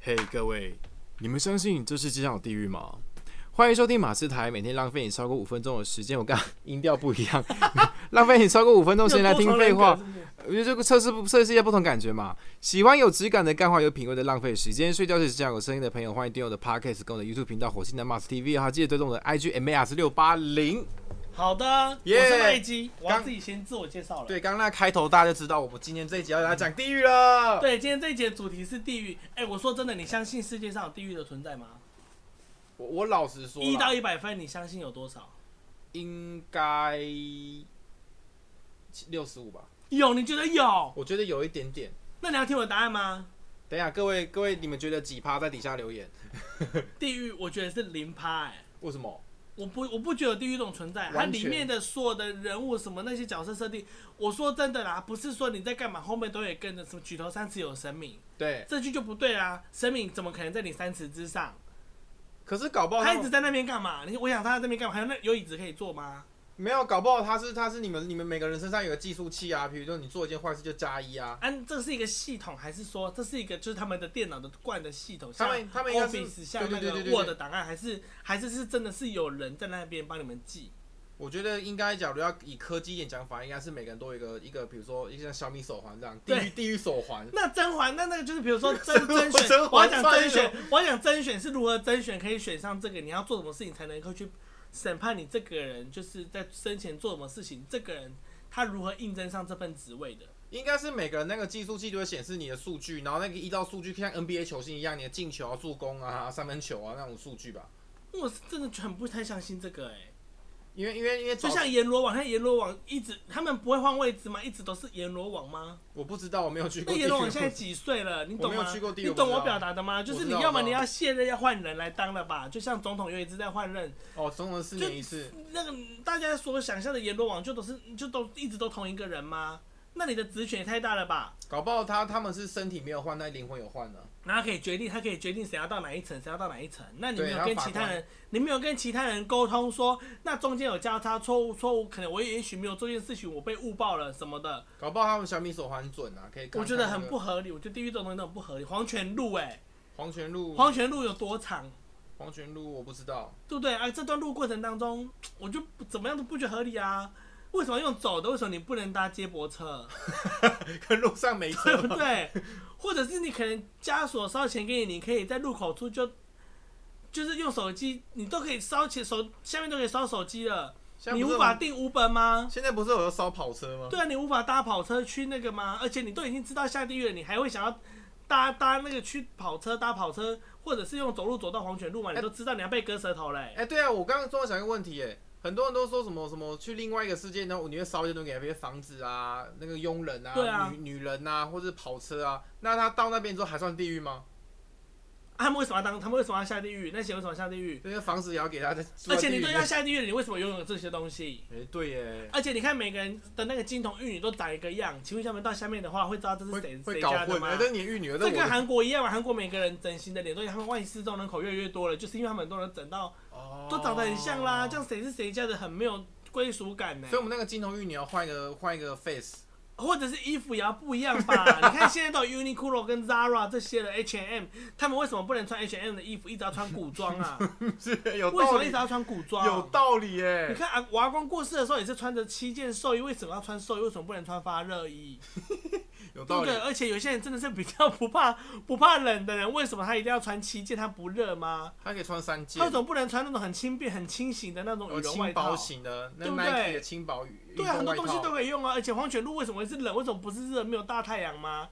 嘿、各位，你们相信这世界上有地狱吗？欢迎收听马斯台，每天浪费你超过五分钟的时间。我刚刚音调不一 样，浪费你超过五分钟时间来听废话。我觉得这个测试不测试一下不同感觉嘛。喜欢有质感的干话，有品味的浪费时间。睡觉时这样有声音的朋友，欢迎订阅我的 Podcast 跟我的 YouTube 频道火星的 Mars TV，还有记得追踪我的 IG MAS 六八零。好的，我耶是麦基，我要刚自己先自我介绍了。对，刚刚那开头大家就知道，我们今天这一集要来讲地狱了。对，今天这一节主题是地狱。哎、我说真的，你相信世界上有地狱的存在吗？我我老实说啦，一到一百分，你相信有多少？应该六十五吧，有，你觉得有？我觉得有一点点。那你要听我的答案吗？等一下，各位各位，你们觉得几趴在底下留言？地狱，我觉得是零趴。哎，为什么？我不，我不觉得有地狱这种存在。它完全里面的所有的人物什么那些角色设定，我说真的啦，不是说你在干嘛，后面都也跟着什么举头三尺有神明，对，这句就不对啦。神明怎么可能在你三尺之上？可是搞不好他哦他一直们在那边干嘛？你我想他在那边干嘛？还有那有椅子可以坐吗？没有，搞不好他是他是你们你们每个人身上有个计数器啊，比如说你做一件坏事就加一啊。安，这是一个系统，还是说这是一个就是他们的电脑的灌的系统？他们他们应像该是 Office 像对那对个对对对 Word 档案，还是还是是真的是有人在那边帮你们记？我觉得应该，假如要以科技一点讲法，应该是每个人都有一个一个，比如说一个像小米手环这样，地狱对地狱手环。那甄嬛，那那个就是比如 说甄甄选，甄嬛我要讲算甄选什，我要讲甄选是如何甄选可以选上这个，你要做什么事情才能够去审判你这个人，就是在生前做什么事情，这个人他如何应征上这份职位的。应该是每个人那个计数器就会显示你的数据，然后那个依照数据像 NBA 球星一样，你的进球啊、助攻啊、三分球啊那种数据吧。我是真的很不太相信这个哎、因为因为因为就早像阎罗王，像阎罗王一直他们不会换位置吗？一直都是阎罗王吗？我不知道，我没有去那过地狱。阎罗王现在几岁了？你懂我没吗有去过？地狱你我不知道懂我表达的吗？就是你我知道要么我你知道要卸任，要换人来当了吧？就像总统又一直在换任，哦，中文四就年一次。那个大家所想象的阎罗王，就都是就都一直都同一个人吗？那你的职权也太大了吧？搞不好他他们是身体没有换，但灵魂有换呢。然后可以决定，他可以决定谁要到哪一层，谁要到哪一层。那你对没有然后跟法其他官人，你没有跟其他人沟通说，那中间有交叉错误，错误可能我也许没有做这件事情，我被误报了什么的。搞不好他们小米手环准啊，可以看看那个。我觉得很不合理，我觉得地狱这种东西都很不合理。黄泉路、欸，黄泉路，黄泉路有多长，黄泉路我不知道， 对不对？啊，这段路过程当中，我就不怎么样都不觉得合理啊。为什么用走的？为什么你不能搭接驳车？ 跟路上没对车不。 对？或者是你可能枷锁烧钱给你，你可以在入口处就就是用手机，你都可以烧钱，手下面都可以烧手机了。现在你不是无法订 Uber 吗？现在不是有烧跑车吗？对啊，你无法搭跑车去那个吗？而且你都已经知道下地狱了，你还会想要搭搭那个去跑车搭跑车，或者是用走路走到黄泉路嘛？你都知道你要被割舌头嘞、哎、对啊，我刚刚突然想一个问题、哎，很多人都说什么什么去另外一个世界，然后你会烧一些东西给别人，比如房子啊、那个佣人啊、对啊女女人啊，或者是跑车啊，那他到那边之后还算地狱吗？啊他们为什么要当？他们为什么要下地狱？那些为什么要下地狱？那个房子也要给他再住而在且地你狱都里要面。下地狱了，你为什么拥有这些东西？哎、对耶，而且你看每个人的那个金童玉女都长一个样，请问他们到下面的话会知 道这是会谁会谁搞家的混，吗哎？这是你的玉女儿，这我跟的韩国一样啊嘛，韩国每个人整形的脸都一样，他们外失踪人口越来越多了，就是因为他们很多人整到哦都长得很像啦，这样谁是谁家的很没有归属感呢、所以我们那个金童玉女要换一个换一个 face，或者是衣服也要不一样吧？你看现在都有 Uniqlo 跟 Zara 这些的 H&M，他们为什么不能穿 H&M 的衣服，一直要穿古装啊？ 是 有为什道么一理直，要穿古装？有道理你耶。看啊，我阿公过世的时候也是穿着七件寿衣，为什么要穿寿衣？为什么不能穿发热衣？有对道不理对？。而且有些人真的是比较不怕 不怕冷的人，为什么他一定要穿七件？他不热吗？他可以穿三件他，总不能穿那种很轻便、很轻型的那种有羽绒轻外薄套。型的，那对不 Nike 对的轻薄羽对啊，很多东西都有。可以用啊。而且黄泉路为什么会是冷？为什么不是热？没有大太阳吗？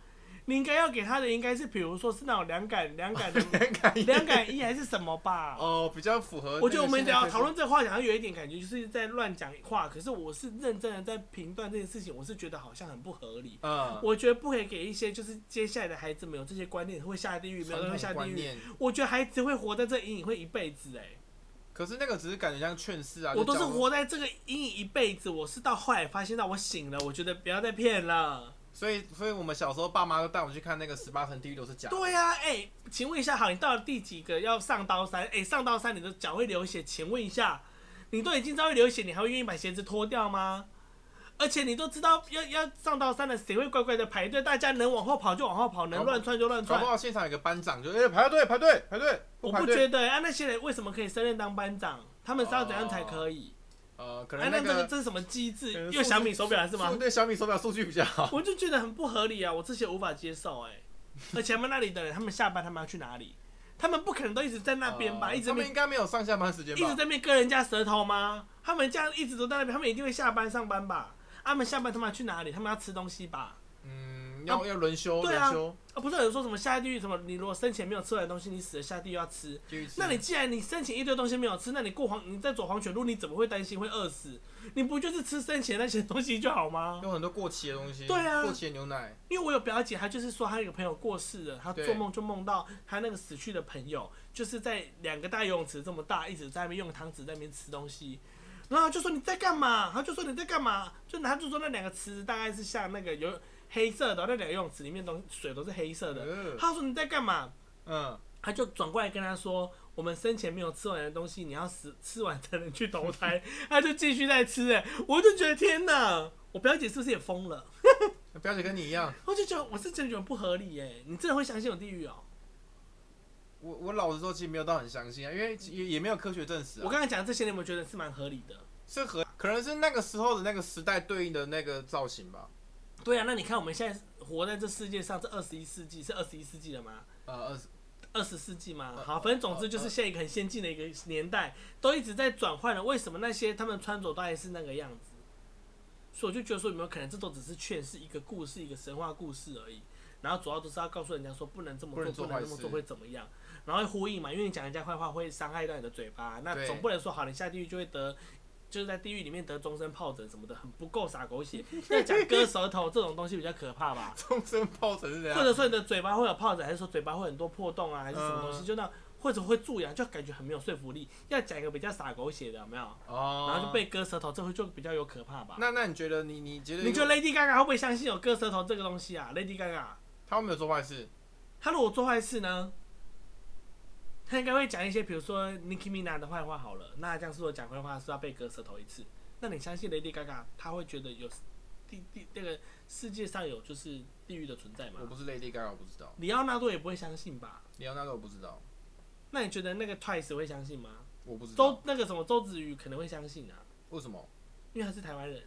你应该要给他的应该是，比如说是那种凉感、凉感的 很感凉感衣还是什么吧？哦，比较符合。我觉得我们聊讨论，这个话，好像有一点感觉就是在乱讲话。可是我是认真的在评断这件事情，我是觉得好像很不合理。嗯，我觉得不可以给一些就是接下来的孩子们有这些观念，会下地狱，没有传人会统下地观狱。念。我觉得孩子会活在这阴影会一辈子哎、可是那个只是感觉像劝世啊，我就都是讲说，活在这个阴影一辈子。我是到后来发现到我醒了，我觉得不要再骗了。所以所以我们小时候爸妈都带我们去看那个十八层地狱都是假的。对呀、哎、请问一下，好，你到了第几个要上刀山？哎、上刀山你的脚会流血，请问一下，你都已经知道会流血，你还会愿意把鞋子脱掉吗？而且你都知道要要上到三了，谁会乖乖的排队？大家能往后跑就往后跑，能乱窜就乱搞窜不。好现场有个班长就哎、排队排队排队，我排不队觉得啊，那些人为什么可以升任当班长？他们是要怎样才可以？呃，可哎，能那那这个个这是什么机可制？能又数小据米手表是吗数？对小米手表数据比较好，我就觉得很不合理啊，我这些无法接受哎、而且他们那里的人，他们下班他们要去哪里？他们不可能都一直在那边吧？呃一直他们没应该没有上下班时间一直吧？在那边割人家舌头吗？他们这样一直都在那边，他们一定会下班上班吧？啊他们下班他们要去哪里？他们要吃东西吧？嗯，要啊要轮休对轮啊休，啊，不是有人说什么下地狱什么？你如果生前没有吃完的东西，你死了下地狱要吃。继续吃那你既然你生前一堆东西没有吃，那你过黄你在走黄泉路，你怎么会担心会饿死？你不就是吃生前那些东西就好吗？有很多过期的东西，对啊过期的牛奶，因为我有表姐，她就是说她有个朋友过世了，她对做梦就梦到她那个死去的朋友，就是在两个大游泳池这么大，一直在那边用汤匙在那边吃东西，然后她就说你在干嘛？她就说你在干嘛？就她就说那两个池子大概是像那个有黑色的，那两个游泳池里面东水都是黑色的。呃她说你在干嘛？嗯，她就转过来跟她说，我们生前没有吃完的东西，你要死吃完才能去投胎。她就继续在吃、哎，我就觉得天哪，我表姐是不是也疯了？表姐跟你一样，我就觉得我是真的觉得不合理耶、你真的会相信有地狱哦、我我老实说其实没有到很相信啊，因为也也没有科学证实我啊，刚才讲这些，你有没有觉得是蛮合理的？是和可能是那个时候的那个时代对应的那个造型吧，对啊，那你看我们现在活在这世界上，这二十一世纪是二十一世纪了吗？呃二十 二十世纪吗？呃好，反正总之就是现在一个很先进的一个年代，都一直在转换了。为什么那些他们穿着都还是那个样子？所以我就觉得说，有没有可能这都只是劝是一个故事，一个神话故事而已？然后主要都是要告诉人家说，不能这么不做，能做不坏能这么事做会怎么样？然后会呼应嘛，因为你讲人家坏话会伤害到你的嘴巴，那对总不能说好你下地狱就会得，就是在地狱里面得终身疱疹什么的，很不够洒狗血。那讲割舌头这种东西比较可怕吧？终身泡成是这或样，者说你的嘴巴会有疱疹，还是说嘴巴会很多破洞啊，还是什么东嗯西，就那或者会蛀牙，就感觉很没有说服力。要讲一个比较傻狗血的，有没有？哦，然后就被割舌头，这会就比较有可怕吧？那那你觉得你你觉得你觉得 Lady Gaga 会不会相信有割舌头这个东西啊？Lady Gaga，他们没有做坏事？她如果做坏事呢？她应该会讲一些，比如说 Nicki Minaj 的坏话好了。那这样说讲坏话是要被割舌头一次。那你相信 Lady Gaga，她会觉得有地地那个世界上有就是地狱的存在吗我？不是 Lady Gaga，我不知道，里奥纳多也不会相信吧？你要那个我不知道，那你觉得那个 Twice 会相信吗？我不知道周那个什么周子瑜可能会相信啊，为什么因为他是台 湾人，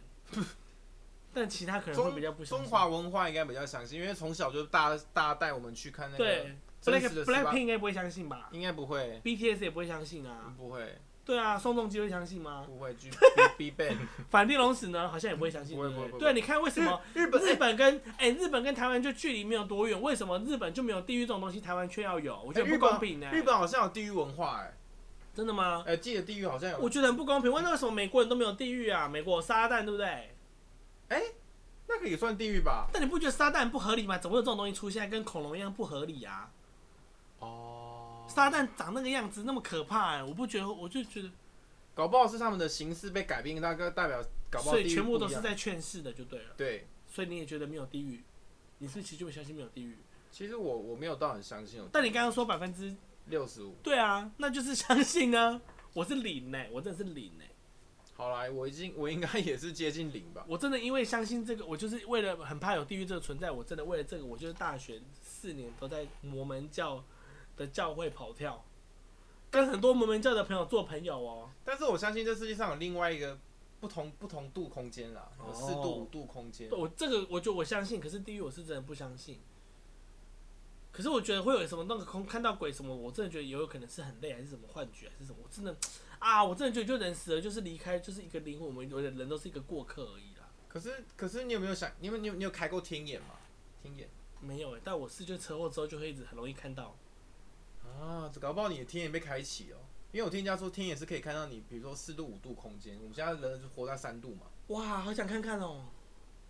但其他可能会中比较不相中信。华文化应该比较相信，因为从小就大大家带我们去看那个，对真，Black 实的 Black 18 Pink 应该不会相信吧应该不会。 ？BTS 也不会相信啊。不会，对啊，宋仲基会相信吗？不会，G B Ban，反地龙史呢，好像也不会相信。不会对不会对不会对，你看为什么日日本跟哎、日本跟台湾就距离没有多远，为什么日本就没有地狱这种东西，台湾却要有？我觉得哎很日不本公平呢、日本好像有地狱文化，哎，真的吗？哎，记得地狱好像我有，觉得很不公平。为什么美国人都没有地狱啊？美国有撒旦，对不对？那个也算地狱吧？但你不觉得撒旦很不合理吗？怎么会有这种东西出现，跟恐龙一样不合理啊？哦，撒旦长那个样子那么可怕、欸，我不觉得，我就觉得，搞不好是他们的形式被改变，那个代表搞不好所以地狱全部不都一是样在劝世的，就对了。对。所以你也觉得没有地狱，你是不是其实就相信没有地狱。其实我我没有到很相信有哦但你刚刚说百分之，六十五，对啊，那就是相信呢、 我是零呢、我真的是零呢、欸好啦，我已经我应该也是接近零 吧。我真的因为相信这个，我就是为了很怕有地狱这个存在，我真的为了这个，我就是大学四年都在摩门教的教会跑跳，跟很多摩门教的朋友做朋友哦、但是我相信这世界上有另外一个不同不同度空间啦，有四哦度五度空间。我这个，我就我相信，可是地狱我是真的不相信。可是我觉得会有什么那个空看到鬼什么，我真的觉得也有可能是很累，还是什么幻觉，还是什么。我真的啊，我真的觉得就人死了就是离开，就是一个灵魂，我们有的人都是一个过客而已啦。可是可是你有没有想，你有你有你有开过天眼吗？天眼没有哎、但我是就车祸之后就会一直很容易看到。啊，搞不好你的天眼被开启哦。因为我听人家说天眼是可以看到你，比如说四度五度空间。我们现在人就活在三度嘛，哇，好想看看哦、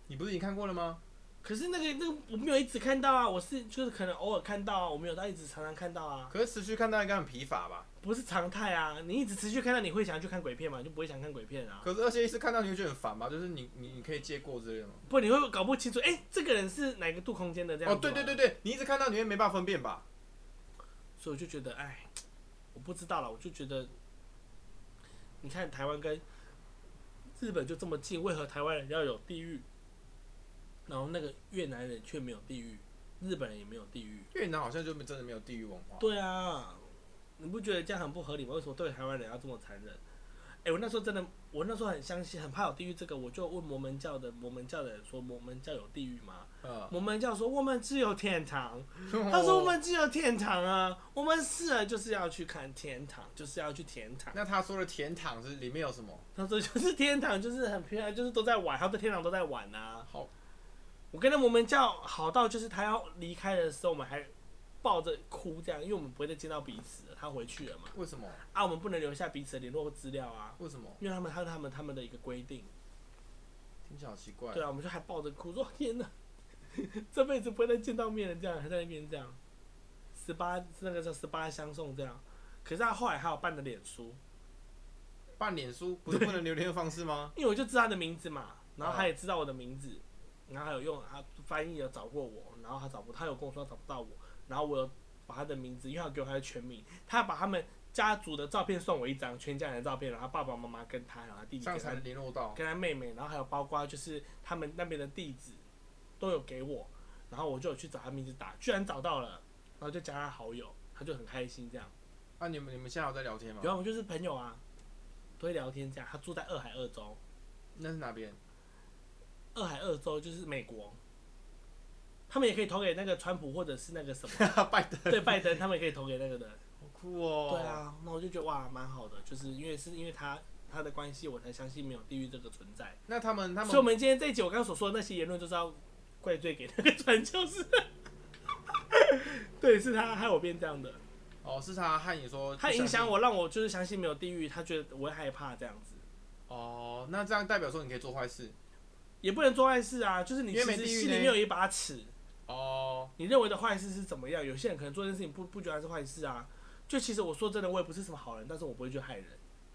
你不是已经看过了吗？可是那个那个我没有一直看到啊，我是就是可能偶尔看到啊，我没有到一直常常看到啊，可是持续看到应该很疲乏吧？不是常态啊。你一直持续看到，你会想要去看鬼片吗？你就不会想看鬼片啊。可是而且一次看到你会觉得很烦吧？就是你你你可以借过之类的吗？不，你会搞不清楚，哎、这个人是哪个度空间的这样哦，子对吗对对，对，你一直看到你会没办法分辨吧？所以我就觉得，哎，我不知道了，我就觉得，你看台湾跟哎日本就这么近，为何台湾人要有地狱？然后那个越南人却没有地狱，日本人也没有地狱。越南好像就真的没有地域文化。对啊，你不觉得这样很不合理吗？为什么对台湾人要这么残忍？哎、我那时候真的，我那时候很相信，很怕有地狱这个，我就问摩门教的摩门教的人说，摩门教有地狱吗？嗯，摩门教说我们只有天堂，他 他说我们只有天堂啊，我们是啊就是要去看天堂，就是要去天堂。 那他说的甜糖是里面有什么？他说就是天堂，就是很漂亮，就是都在玩，他们的天堂都在玩啊。好，我跟那摩门教好到就是他要离开的时候，我们还抱着哭这样，因为我们不会再见到彼此了，他回去了嘛。为什么？啊，我们不能留下彼此的联络资料啊，为什么？因为他们他他们他们的一个规定。听起来好奇怪。对啊，我们就还抱着哭说天哪， 这辈子不会再见到面了，这样还在那边这样，十八那个叫十八相送这样。可是他后来还有办的脸书，办脸书不是不能留联络方式吗？因为我就知道他的名字嘛，然后哦他也知道我的名字，然后还有用他翻译有找过我，然后他找不，他有跟我说他找不到我，然后我有把他的名字，因为他给我他的全名，他把他们家族的照片送我一张，全家人的照片，然后他爸爸妈妈跟他，然后他弟弟这样跟他才联络到。跟他妹妹，然后还有包括就是他们那边的地址都有给我，然后我就有去找他名字打，居然找到了，然后就加他好友，他就很开心这样。啊，你们你们现在有在聊天吗？然后我们就是朋友啊，都会聊天这样。他住在二海二州，那是哪边？ 二海二州就是美国，他们也可以投给那个川普或者是那个什么，拜登。 对拜登，他们也可以投给那个的。好酷哦。对。啊，那我就觉得哇，蛮好的，就是因为是因为他他的关系，我才相信没有地狱这个存在。那他们他所以，我们们今天这一集我刚刚所说的那些言论，就是要怪罪给那个传教士。 对，是他害我变这样的，哦，是他和你说他影响我我，让我就是相信没有地狱，他觉得我会害怕这样子，哦，那这样代表说你可以做坏事也不能做坏事啊。就是你因为其没实地狱心里呢面有一把尺，哦。你认为的坏事是怎么样？有些人可能做这件事情不不觉得它是坏事啊。就其实我说真的，我也不是什么好人，但是我不会去害人，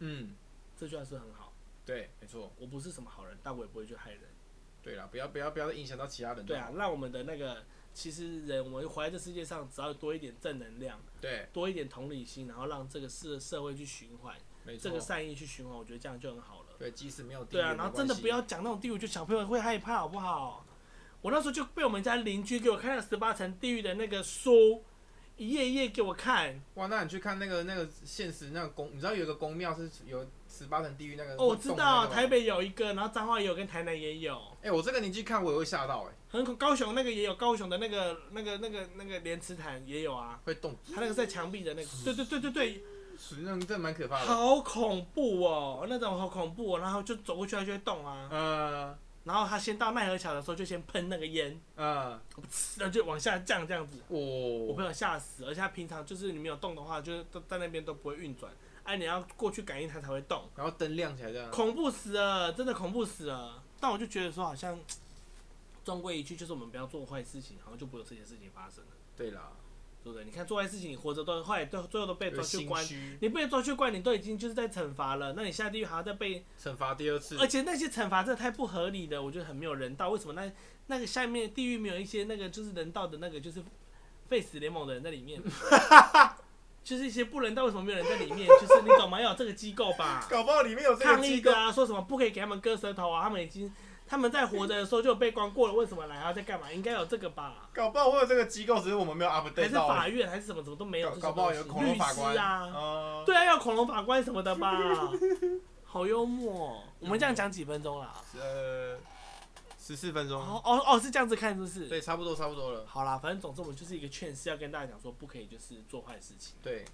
嗯，这句话是很好。对，没错，我不是什么好人，但我也不会去害人。对啦，不要不要不要影响到其他人。对啊，，让我们的那个其实人，我们活在这世界上，只要多一点正能量。对，多一点同理心，然后让这个社社会去循环，没这错个。善意去循环，我觉得这样就很好了。对，即使没有地对域啊，也然后没真的关不要系讲那种地狱，就小朋友会害怕，好不好？我那时候就被我们家邻居给我看了十八层地狱的那个书，一页一页给我看。哇，那你去看那个那个现实那个宫，你知道有一个宫庙是有十八层地狱那个？哦，我知道，台台。北有一个，然后彰化也有，跟台南也有，哎、我这个年纪看我也会吓到、哎，很恐高雄那个也有，高雄的那个那个那个那个莲池潭也有啊，会动，它那个是在墙壁的那个，对对对对对，那真的蛮可怕的。好恐怖哦，那种好恐怖哦，然后就走过去它就会动啊。嗯然后他先到奈何桥的时候就先喷那个烟，嗯，然后就往下降这样子。我朋我友吓死，而且他平常就是你没有动的话，就是都在那边都不会运转，哎、你要过去感应它才会动，然后灯亮起来这样。恐怖死了，真的恐怖死了。但我就觉得说，好像终归一句就是我们不要做坏事情，好像就不会有这些事情发生了，对啦，对不对？你看做坏事情，你活着都后来都最后都被抓有去心关，虚，你被抓去关，你都已经就是在惩罚了，那你下地狱还要再被惩罚第二次而。且那些惩罚真的太不合理了，我觉得很没有人道。为什么那那个下面地狱没有一些那个就是人道的那个就是 Face 联盟的人在里面？就是一些不人道，为什么没有人在里面？就是你懂吗？要有这个机构吧，搞不好里面有这抗个议机的构。啊，说什么不可以给他们割舌头啊？他们已经他们在活着的时候就有被关过了，为什么来还要再干嘛？应该有这个吧？搞不好会有这个机构，只是我们没有还 update 是到而法已。院还是什么怎么都没有搞这些搞不好有东西恐龙法律官师啊，哦 对啊，要有恐龙法官什么的吧？好幽默哦，我们这样讲几分钟啦？呃，十四分钟，哦哦哦，是这样子看是不是？对，，差不多差不多了。好啦，反正总之我们就是一个劝是要跟大家讲说，不可以就是做坏事情。对，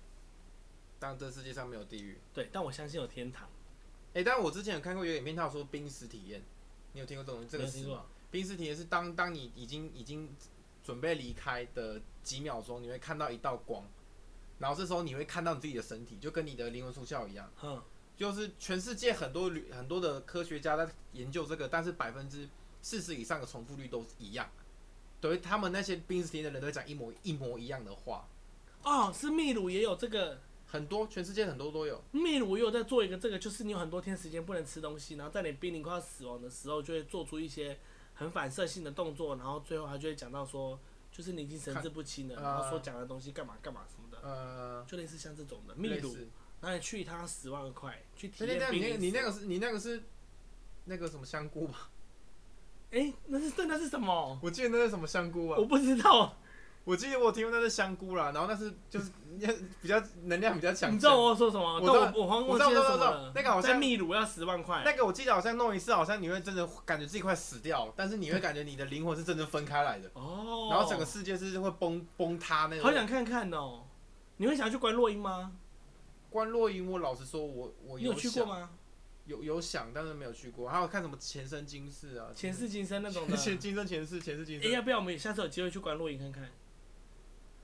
当这世界上没有地狱。对，但我相信有天堂，哎、但我之前有看过有影片，他有说濒死体验，你有听过这种这没个有词听吗？过。啊濒死体验是当当你已经已经准备离开的几秒钟，你会看到一道光，然后这时候你会看到你自己的身体，就跟你的灵魂出窍一样。嗯，就是全世界很多旅很多的科学家在研究这个，但是百分之四十以上的重复率都一样。等于他们那些濒死体验的人都讲一模一模一样的话，哦，是秘鲁也有这个，很多全世界很多都有。秘鲁也有在做一个这个，就是你有很多天时间不能吃东西，然后在你濒临快要死亡的时候，就会做出一些很反射性的动作，然后最后他就会讲到说，就是你已经神志不清了，看然后呃所讲的东西干嘛干嘛什么的，呃，就类似像这种的秘类鲁似，然后你去一趟十万块，去体所以那验样濒你那临个死你那个是你那个是那个什么香菇吧，哎，那是真的是什么？我记得那是什么香菇啊我，不知道，我记得我听过那是香菇啦，然后那是就是那比较能量比较强你盛，知道我要说什我么？但知道我我好我像忘知道记了我什知道我么知道了。那个好像在秘鲁要十万块，那个我记得好像弄一次，好像你会真的感觉自己快死掉，但是你会感觉你的灵魂是真的分开来的，哦，然后整个世界是会崩崩塌那种。好想看看哦。你会想要去关落音吗？关洛营，我老实说，我我你有去过想？吗？有有想，但是没有去过。还有看什么前生今世啊，前世今生那种的。前今生前世前世今哎，生，会要不要我们也下次有机会去关落音看看？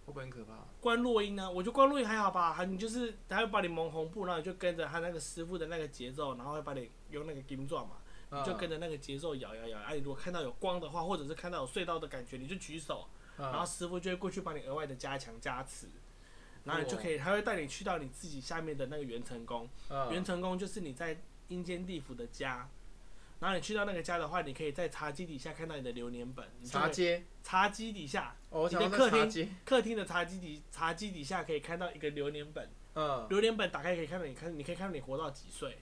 不会很可怕？关落音呢、我觉得关落音还好吧，还你就是他会把你蒙红布，然后你就跟着他那个师傅的那个节奏，然后会把你用那个金钻嘛，嗯你就跟着那个节奏摇摇摇。啊，你如果看到有光的话，或者是看到有隧道的感觉，你就举手，然后啊，师傅就会过去帮你额外的加强加持，然后你就可以，他会带你去到你自己下面的那个元成宫。元嗯成功就是你在阴间地府的家，然后你去到那个家的话，你可以在茶几底下看到你的流年本。你就茶会街，茶几底下，哦，我你想的到客那茶厅街，客厅的茶几底茶几底下可以看到一个流年本，嗯，流年本打开可以看到你看，你可以看到你活到几岁，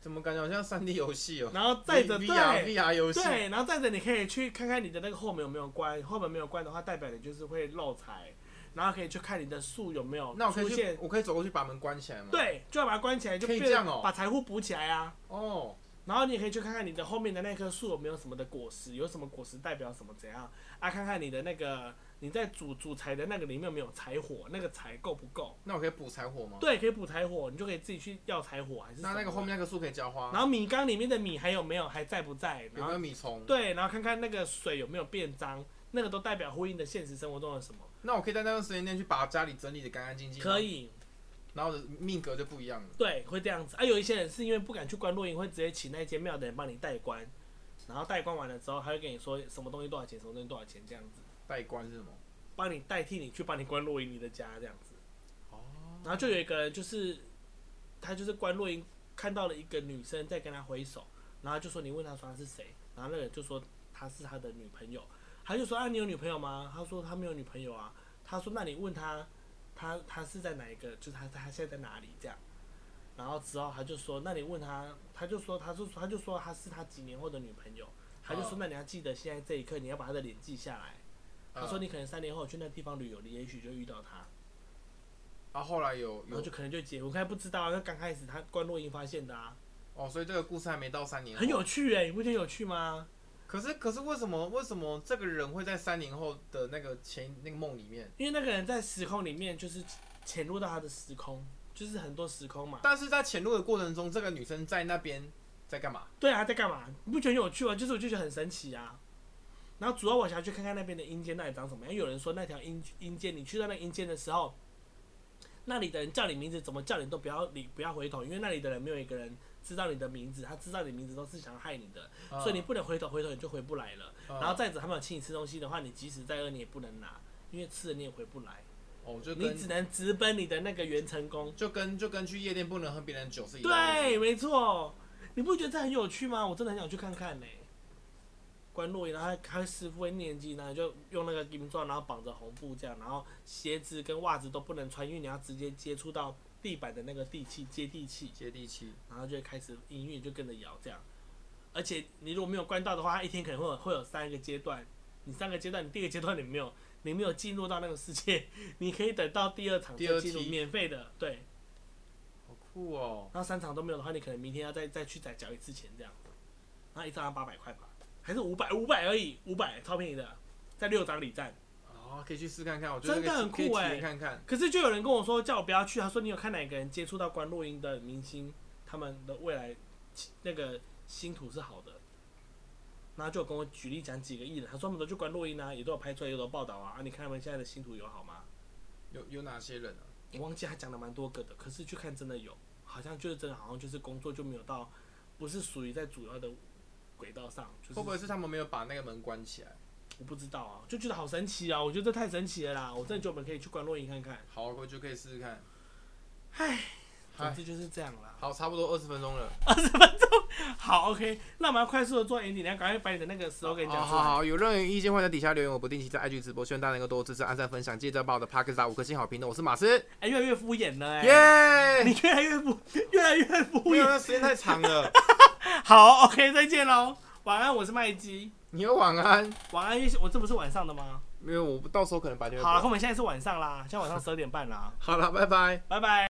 怎么感觉好像三 D 游戏 哦？然后再者 V- VR 对 VR 游戏，对，然后再者你可以去看看你的那个后门有没有关，后门没有关的话，代表你就是会漏财，然后可以去看你的树有没有那我可出以去现，，我可以走过去把门关起来吗？，对，就要把它关起来，就可以变这样哦把财库补起来啊。哦，然后你也可以去看看你的后面的那棵树有没有什么的果实，有什么果实代表什么怎样啊？看看你的那个你在煮煮柴的那个里面有没有柴火，那个柴够不够？那我可以补柴火吗？对，可以补柴火，你就可以自己去要柴火还是什那么那个后面，那个树可以浇花，然后米缸里面的米还有没有还在不在？有然没有后米虫？对，然后看看那个水有没有变脏，那个都代表呼应的现实生活中的什么？那我可以在那段时间内去把家里整理的干干净净，可，以，然后我的命格就不一样了。对，会这样子啊。有一些人是因为不敢去关落营，会直接请那间庙的人帮你代关，然后代关完了之后，他会跟你说什么东西多少钱，什么东西多少钱这样子。代官是什么？帮你代替你去帮你关落音你的家这样子。哦，然后就有一个人就是他就是关落音看到了一个女生在跟他挥手，然后就说你问他说他是谁，然后那个人就说他是他的女朋友，他就说啊你有女朋友吗？他说他没有女朋友啊，他说那你问他他他是在哪一个，就是他他现在在哪里这样。然后之后他就说，那你问他，他就说，他就他就说他是他几年后的女朋友，他就说哦，那你要记得现在这一刻，你要把他的脸记下来。他嗯说你可能三年后去那地方旅游，你也许就遇到他，啊，后来有然后有就可能就结婚，他还不知道啊，那刚开始他关若英发现的啊，哦，所以这个故事还没到三年，很有。趣哎、你不觉得有趣吗？可是可是为什么为什么这个人会在三年后的那个前那个梦里面？因为那个人在时空里面就是潜入到他的时空，就是很多时空嘛。但是在潜入的过程中，这个女生在那边在干嘛？对啊，他在干嘛？你不觉得很有趣吗？就是我就觉得很神奇啊。然后主要我想要去看看那边的阴间到底长什么样。因为有人说那条阴阴间，你去到那阴间的时候，那里的人叫你名字，怎么叫你都不要理，不要回头，因为那里的人没有一个人知道你的名字，他知道你名字都是想害你的。嗯 所以你不能回头，回头你就回不来了。嗯然后再者，他们有请你吃东西的话，你即使再饿，你也不能拿，因为吃了你也回不来，哦，就你只跟能直奔你的那个元成功。就跟就跟去夜店不能喝别人的酒是一样的。对，，没错，你不觉得这很有趣吗？我真的很想去看看呢、关落音，然后他他师傅会念经，然后就用那个金钻，然后绑着红布这样，然后鞋子跟袜子都不能穿，因为你要直接接触到地板的那个地气，接地气。接地气。然后就会开始音乐就跟着摇这样。而且你如果没有关到的话，它一天可能会有会有三个阶段，你三个阶段，你第一个阶段你没有你没有进入到那个世界，你可以等到第二场第再二进入，梯免费的，对。好酷哦！然后三场都没有的话，你可能明天要再再去再缴一次钱这样。然后一张要八百块吧，还是五百五百而已，五百超便宜的，在六张里站。哦，可以去试看看，我觉真得可以的很可以酷体欸验看看。可是就有人跟我说叫我不要去，他说你有看哪个人接触到关洛音的明星，他们的未来那个星途是好的，然后就有跟我举例讲几个艺人，他说他们都去关洛音啊，也都有拍出来，也都有报道啊，啊你看他们现在的星途有好吗？有有哪些人啊？我忘记他讲了蛮多个的，可是去看真的有，好像就是真的，好像就是工作就没有到，不是属于在主要的轨道上，就是会不会是他们没有把那个门关起来？我不知道啊，就觉得好神奇啊，我觉得这太神奇了啦，我真的觉得我们可以去关洛音看看，好，我就可以试试看。总嗨之就是这样啦。好，差不多二十分钟了。好，OK，那我们要快速的做 ending，你要赶快把你的那个 slogan 好讲出哦好来。好，有任何意见欢迎在底下留言，我不定期在 IG 直播，希望大家能够多多支持、按赞、分享，记得把我的 p a c k a g e 打五颗星好评的。我是马斯，哎，越来越敷衍了哎、耶！你越来越敷，越来越敷因为衍。 那时间太长了，好，OK，再见喽，晚安，我是麦基，你有晚安，晚安，我这不是晚上的吗？没有，我到时候可能白天会好了，播我们现在是晚上啦，现在晚上十二点半啦，好了，拜拜。拜拜。